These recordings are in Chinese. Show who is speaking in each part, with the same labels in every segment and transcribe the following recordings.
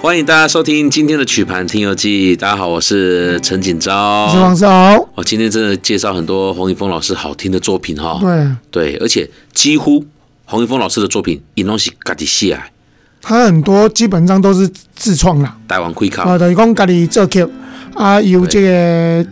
Speaker 1: 欢迎大家收听今天的曲盘听游记。大家好，我是陈锦
Speaker 2: 我是哦王
Speaker 1: 昭。
Speaker 2: 少，
Speaker 1: 我今天真的介绍很多黄一峰老师好听的作品哈、
Speaker 2: 对
Speaker 1: 对，而且几乎黄一峰老师的作品，引拢是家己写的，
Speaker 2: 他很多基本上都是自创啦，
Speaker 1: 台湾开
Speaker 2: 啊，
Speaker 1: 卡，
Speaker 2: 就是讲家己做曲，啊，由这个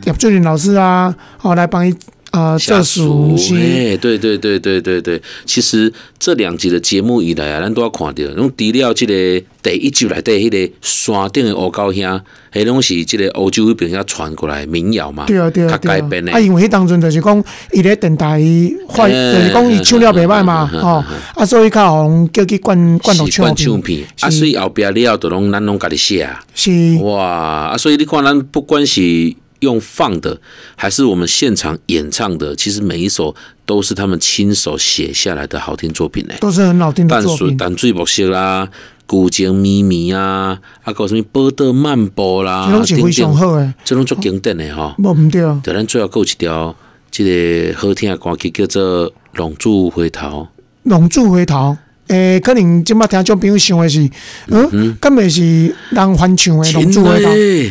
Speaker 2: 叶俊麟老师啊，哦来帮伊啊
Speaker 1: 下
Speaker 2: 做熟是，
Speaker 1: 哎，对对对对对对。其实这两集的节目以来啊，咱都要看到，拢除了这个第一集内底迄个山顶的乌狗兄，迄拢是这个欧洲那边遐传过来的民谣嘛，
Speaker 2: 对啊对
Speaker 1: 较
Speaker 2: 啊
Speaker 1: 改
Speaker 2: 对
Speaker 1: 编的
Speaker 2: 啊，啊，。因为迄当阵就是讲伊咧电台发，
Speaker 1: 哎
Speaker 2: 就是讲伊唱了袂歹嘛
Speaker 1: 嗯嗯，嗯
Speaker 2: 哦
Speaker 1: 嗯嗯，
Speaker 2: 啊，所以较互叫去灌灌到
Speaker 1: 是灌
Speaker 2: 唱
Speaker 1: 唱
Speaker 2: 片，
Speaker 1: 片，啊，所以后壁了都拢咱拢家己写啊，
Speaker 2: 是
Speaker 1: 哇，啊，所以你看咱不管是用放的，还是我们现场演唱的，其实每一首都是他们亲手写下来的好听作品呢。
Speaker 2: 都是很好听的
Speaker 1: 淡
Speaker 2: 作
Speaker 1: 水
Speaker 2: 品，
Speaker 1: 淡水木色啦，古井咪咪啊，啊，还有什么波德漫步啦
Speaker 2: 这，拢是非常好嗯诶，
Speaker 1: 这拢足经典的吼。
Speaker 2: 无毋对，
Speaker 1: 对，咱最后还有一条，这个好听的歌曲叫做《浪子回头》。
Speaker 2: 浪子回头。诶、可能即摆听众朋友想的是，嗯，敢袂是人翻唱的《浪子
Speaker 1: 亲
Speaker 2: 回头》
Speaker 1: 爱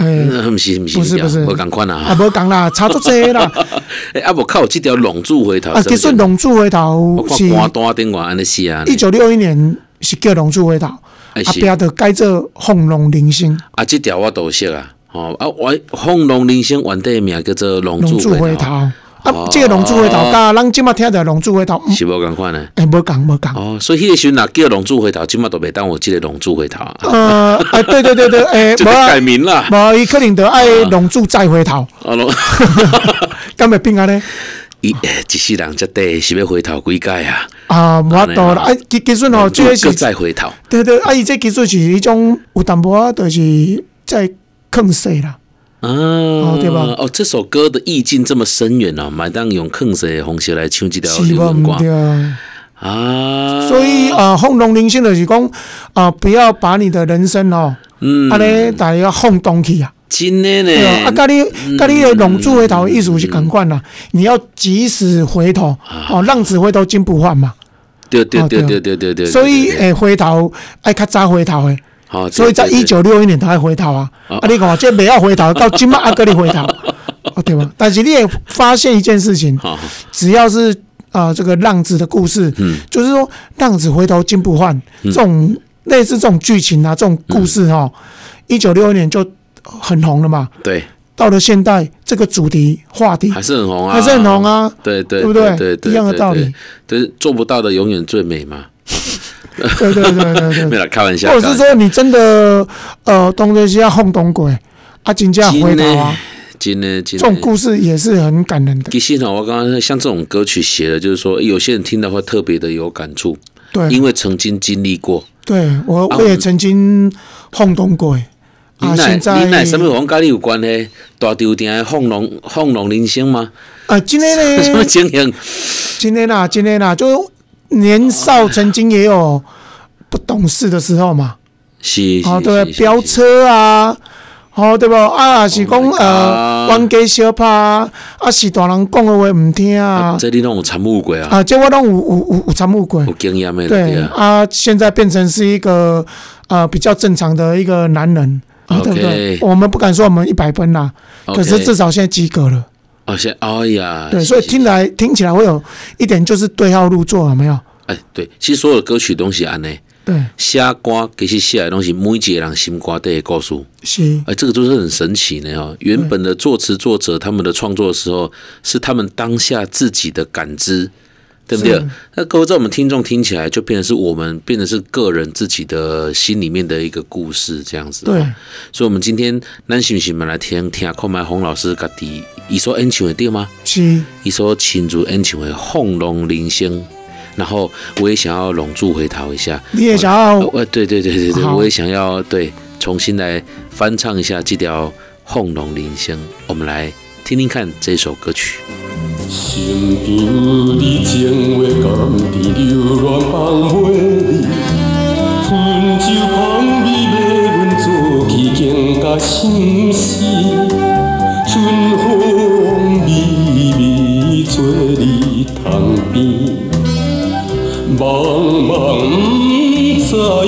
Speaker 2: 诶、
Speaker 1: 嗯，不是不是
Speaker 2: 不是
Speaker 1: 这样
Speaker 2: 不是
Speaker 1: 无共款
Speaker 2: 啊，
Speaker 1: 啊。
Speaker 2: 无讲啦，差足济啦。
Speaker 1: 哎，啊，无靠这条浪子回头。
Speaker 2: 啊，其实《
Speaker 1: 浪，
Speaker 2: 浪子回头
Speaker 1: 我》
Speaker 2: 是
Speaker 1: 看歌单顶外安尼写啊呢。
Speaker 2: 一九六一年是叫《浪子回头》，
Speaker 1: 哎
Speaker 2: 后
Speaker 1: 是
Speaker 2: 壁就改做《凤龙人生》。
Speaker 1: 啊，这条我都识啊。哦，啊，我凤龙人生原底的名叫做《浪
Speaker 2: 浪
Speaker 1: 子
Speaker 2: 子
Speaker 1: 回
Speaker 2: 回
Speaker 1: 头
Speaker 2: 头》。
Speaker 1: 哦
Speaker 2: 啊，即个《浪子回头》甲咱即摆听着《浪子回头》，嗯，
Speaker 1: 是无共款的。
Speaker 2: 诶，无讲无讲。
Speaker 1: 哦，所以迄个时阵若叫浪子回头，即马都袂当我即个浪子回头啊，
Speaker 2: 呃，啊，对对对对， 诶，
Speaker 1: 就
Speaker 2: 无
Speaker 1: 得
Speaker 2: 啊
Speaker 1: 改，啊名啦。
Speaker 2: 无啊伊可能着爱《浪子再回头
Speaker 1: 哦，浪》，
Speaker 2: 敢袂变安尼？
Speaker 1: 伊哎一世人才短，是要回头几届 啊？
Speaker 2: 啊，无法度啦。啊，其其实吼，
Speaker 1: 浪
Speaker 2: 即
Speaker 1: 子
Speaker 2: 个
Speaker 1: 搁
Speaker 2: 是
Speaker 1: 再回头，
Speaker 2: 对对，啊，伊这其实是迄种有淡薄仔，就是在坑势啦。
Speaker 1: 啊，
Speaker 2: 对吧
Speaker 1: 哦，这首歌的意境这么深远哦，买当用坑水的方式来唱这条
Speaker 2: 是
Speaker 1: 流
Speaker 2: 无
Speaker 1: 行
Speaker 2: 毋
Speaker 1: 歌
Speaker 2: 对，
Speaker 1: 啊，
Speaker 2: 所以啊，放荡人生就是讲啊，不要把你的人生哦，
Speaker 1: 嗯，
Speaker 2: 安尼大家放荡去啊，
Speaker 1: 真的
Speaker 2: 对啊，啊，
Speaker 1: 呢，
Speaker 2: 甲
Speaker 1: 嗯
Speaker 2: 你甲你的浪子回头的意思是共款啦，你要及时回头
Speaker 1: 啊
Speaker 2: 哦，浪子回头金不换嘛，
Speaker 1: 对对
Speaker 2: 哦
Speaker 1: 对
Speaker 2: 对
Speaker 1: 对对对对，
Speaker 2: 所以
Speaker 1: 对，对
Speaker 2: 诶，回头爱较早回头的，
Speaker 1: 好，对
Speaker 2: 所以在
Speaker 1: 对
Speaker 2: 一
Speaker 1: 对
Speaker 2: 九六一年他爱回头啊，啊，你看这未要回头，到今麦还搁你回 头，哦对吧？但是你也发现一件事情，
Speaker 1: 好，好
Speaker 2: 只要是啊、呃这个浪子的故事，
Speaker 1: 嗯
Speaker 2: 就是说浪子回头金不换、这种类似这种剧情啊，这种故事
Speaker 1: 嗯
Speaker 2: 哦，一九六二年就很红了嘛。
Speaker 1: 对，
Speaker 2: 到了现代，这个主题话题
Speaker 1: 还是很红啊，
Speaker 2: 还是很红啊。
Speaker 1: 对对
Speaker 2: 对不
Speaker 1: 对
Speaker 2: 对
Speaker 1: 对对，
Speaker 2: 一样的
Speaker 1: 对
Speaker 2: 道
Speaker 1: 对
Speaker 2: 理
Speaker 1: 就是做不到的永远最美嘛。
Speaker 2: 对对对对
Speaker 1: 没
Speaker 2: 对，
Speaker 1: 有啦，开玩笑。
Speaker 2: 或者是说你真的呃，东西要轰东鬼啊，金价
Speaker 1: 开玩笑
Speaker 2: 回头啊，，
Speaker 1: 真的
Speaker 2: 这
Speaker 1: 真的真
Speaker 2: 种
Speaker 1: 的。
Speaker 2: 故事也是很感人的。
Speaker 1: 其实呢，我刚刚像这种歌曲写的，就是说诶有些人听到会特别的有感触，
Speaker 2: 对
Speaker 1: 因，为曾经经历过。
Speaker 2: 对我
Speaker 1: 啊
Speaker 2: 我也曾经轰东鬼
Speaker 1: 你
Speaker 2: 啊，
Speaker 1: 奶
Speaker 2: 现在
Speaker 1: 你奶什么王跟你有关系？大吊店的放龙放龙人生吗？
Speaker 2: 啊，今天 呢
Speaker 1: 什么情形？
Speaker 2: 今天啦，今天啦，就年少曾经也有不懂事的时候嘛，
Speaker 1: 是
Speaker 2: 哦，
Speaker 1: 是
Speaker 2: 对，
Speaker 1: 是是
Speaker 2: 飙
Speaker 1: 是
Speaker 2: 车啊，哦，对不？啊，是
Speaker 1: Oh
Speaker 2: 讲
Speaker 1: my
Speaker 2: 呃，
Speaker 1: God
Speaker 2: 冤家相拍啊，啊是大人讲的话唔听
Speaker 1: 啊
Speaker 2: 啊，
Speaker 1: 这你拢有参悟过啊，
Speaker 2: 啊，这我拢有有有有参悟过
Speaker 1: 有，经验的
Speaker 2: 对
Speaker 1: 啊。
Speaker 2: 啊，现在变成是一个呃比较正常的一个男人，啊
Speaker 1: OK
Speaker 2: 对不对？我们不敢说我们一百分啦，可是
Speaker 1: OK
Speaker 2: 至少现在及格了，
Speaker 1: 哦，现哎呀，
Speaker 2: 对，
Speaker 1: 是
Speaker 2: 所以
Speaker 1: 是
Speaker 2: 听来听起来会有一点就是对号入座，有没有？
Speaker 1: 哎对，其实所有的歌曲都是安尼，
Speaker 2: 对，
Speaker 1: 写歌其实写的东西每一个人心肝底的故事，
Speaker 2: 是。
Speaker 1: 哎，这个就是很神奇的哦。原本的作词作者他们的创作的时候，是他们当下自己的感知，对不对
Speaker 2: 是？
Speaker 1: 那各位在我们听众听起来，就变成是我们变成是个人自己的心里面的一个故事这样子。
Speaker 2: 对，
Speaker 1: 所以，我们今天咱是不是嘛来听听看麦洪老师家己伊所演唱的对吗？
Speaker 2: 是
Speaker 1: 伊所亲自演唱的《凤龙人生》，然后我也想要隆住回头一下。
Speaker 2: 你也想要
Speaker 1: 呃，对对对对对，
Speaker 2: 哦好
Speaker 1: 我也想要对重新来翻唱一下这条《凤龙铃声》，我们来听听看这首歌曲。
Speaker 3: 心中有你情话，甘甜犹原放袂离。温州香味要阮做起更加心死，春风微微吹你窗边。茫茫不知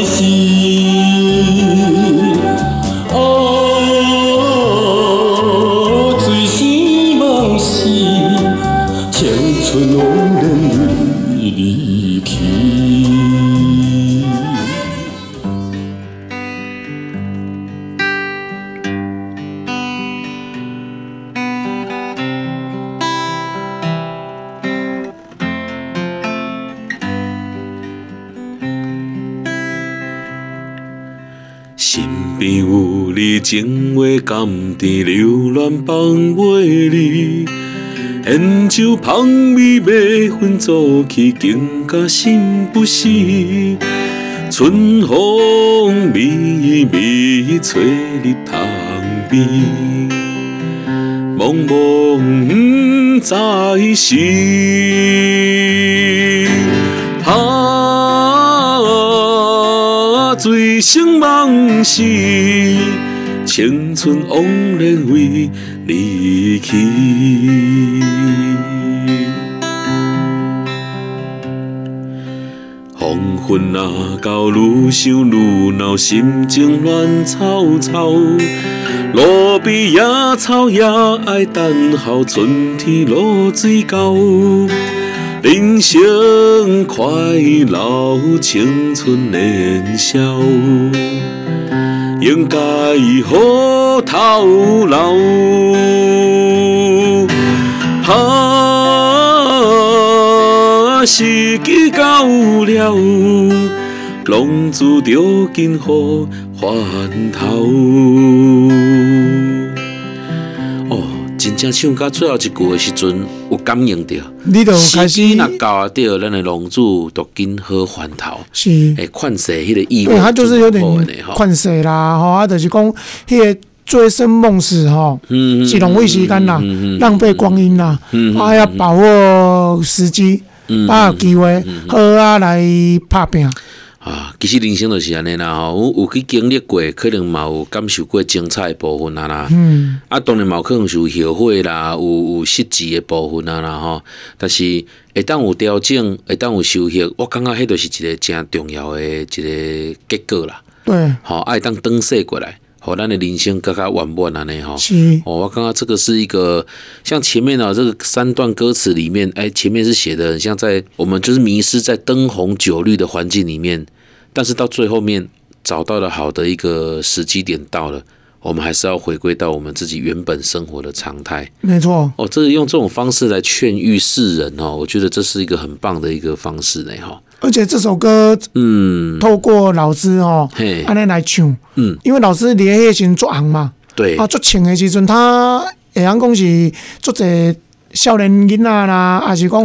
Speaker 3: 是哦
Speaker 1: 身边有你，情话甘甜，留恋放袂离。烟酒香味袂分做起，更加心不死。春风微微吹入窗边，茫茫不知是。啊，醉生梦死，青春枉然为你去。黄昏啊，到愈想愈恼，心情乱糟糟。路边野草也爱等候，春天落水到。人生快乐，青春年少，应该好透老。啊，时机到了，浪子着紧好翻头。哦，真正唱到最后一句的时阵，有感应到。
Speaker 2: 你就哦
Speaker 1: 时
Speaker 2: 开始
Speaker 1: 机若到啊，对，咱的浪子就紧好翻头。
Speaker 2: 是，
Speaker 1: 诶，款式迄个意味，
Speaker 2: 嗯对他就是有点
Speaker 1: 款，
Speaker 2: 困势啦，吼，啊，就是讲迄个醉生梦死吼，
Speaker 1: 嗯
Speaker 2: 是浪费时间啦
Speaker 1: 嗯嗯嗯，
Speaker 2: 浪费光阴啦，
Speaker 1: 嗯嗯
Speaker 2: 啊，要把握时机，
Speaker 1: 嗯
Speaker 2: 把握机会，好啊来拍拼，
Speaker 1: 啊，其实人生就是安尼啦吼，有有去经历过，可能嘛有感受过精彩的部分啊啦。
Speaker 2: 嗯，
Speaker 1: 啊，当然嘛有可能是有后悔啦，有有失志的部分啊啦吼。但是会当有调整，会当有收获，我感觉迄就是一个真重要的一个结果啦。
Speaker 2: 对，
Speaker 1: 吼，爱当转世过来，吼，咱的人生更加圆满安尼吼。
Speaker 2: 是，
Speaker 1: 哦，我刚刚这个是一个像前面啊，这个三段歌词里面，哎，前面是写的很像在我们就是迷失在灯红酒绿的环境里面，但是到最后面找到了好的一个时机点到了，我们还是要回归到我们自己原本生活的常态。
Speaker 2: 没错，
Speaker 1: 哦，这用这种方式来劝喻世人哦，我觉得这是一个很棒的一个方式呢，哈、
Speaker 2: 而且这首歌
Speaker 1: 嗯，
Speaker 2: 透过老师吼
Speaker 1: 嘿，
Speaker 2: 安尼来唱，
Speaker 1: 嗯，
Speaker 2: 因为老师伫迄个时阵做红嘛。
Speaker 1: 对，
Speaker 2: 啊，足穿的时阵，他会晓讲是足侪少年囡仔啦，还是讲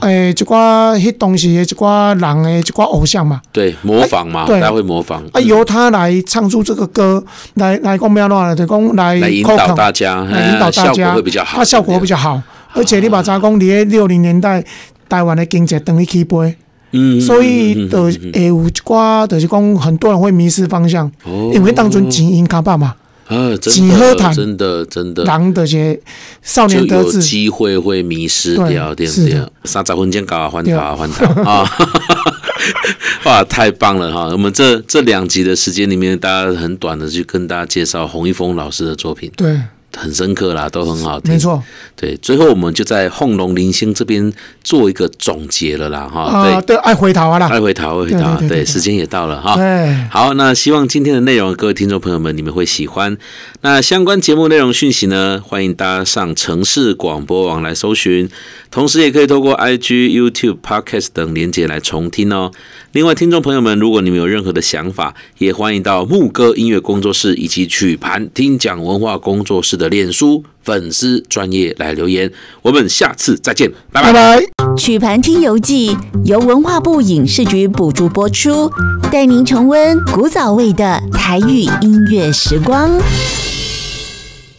Speaker 2: 诶、
Speaker 1: 啊，
Speaker 2: 一寡迄当时的一寡人的一寡偶像嘛。
Speaker 1: 对，模仿嘛，
Speaker 2: 哎
Speaker 1: 大
Speaker 2: 对
Speaker 1: 家会模仿，
Speaker 2: 啊，
Speaker 1: 嗯
Speaker 2: 由他来唱出这个歌，来来讲要哪就讲来
Speaker 1: 来引导大家，
Speaker 2: 来引导
Speaker 1: 哎
Speaker 2: 大
Speaker 1: 效果
Speaker 2: 家
Speaker 1: 会比较，好，哦
Speaker 2: 啊，效果
Speaker 1: 对
Speaker 2: 会
Speaker 1: 不
Speaker 2: 比
Speaker 1: 对
Speaker 2: 较好。而且你把查讲，伫咧六零年代台湾的经济等于起飞，
Speaker 1: 嗯，
Speaker 2: 所以
Speaker 1: 嗯嗯
Speaker 2: 就
Speaker 1: 嗯嗯
Speaker 2: 会有一寡，就是讲很多人会迷失方向，
Speaker 1: 哦
Speaker 2: 因为当阵钱因卡爸嘛，
Speaker 1: 啊，真
Speaker 2: 几何
Speaker 1: 的
Speaker 2: 谈
Speaker 1: 真的真的，
Speaker 2: 人就是少
Speaker 1: 就
Speaker 2: 年得
Speaker 1: 有
Speaker 2: 志。
Speaker 1: 机会会迷失掉，对
Speaker 2: 对
Speaker 1: 不
Speaker 2: 是的
Speaker 1: 对？三十分钟搞啊，换头啊，换头 啊！ 哇，太棒了哈！我们这这两集的时间里面，大家很短的去跟大家介绍洪一峰老师的作品，
Speaker 2: 对，
Speaker 1: 很深刻啦，都很好听。
Speaker 2: 没错
Speaker 1: 对，最后我们就在轰隆铃星这边做一个总结了啦哈。
Speaker 2: 啊，
Speaker 1: 对，
Speaker 2: 对，爱回头啊啦，
Speaker 1: 爱回头，爱回头，
Speaker 2: 对对
Speaker 1: 对，
Speaker 2: 对对
Speaker 1: 时间也到了哈。
Speaker 2: 对，
Speaker 1: 好，那希望今天的内容，各位听众朋友们，你们会喜欢。那相关节目内容讯息呢，欢迎大家上城市广播网来搜寻，同时也可以透过 IG、YouTube、Podcast 等连接来重听哦。另外，听众朋友们，如果你们有任何的想法，也欢迎到牧歌音乐工作室以及曲盘听讲文化工作室的脸书粉丝专业来留言。我们下次再见，拜
Speaker 2: 拜。拜。
Speaker 4: 曲盘听游记由文化部影视局补助播出，带您重温古早味的台语音乐时光。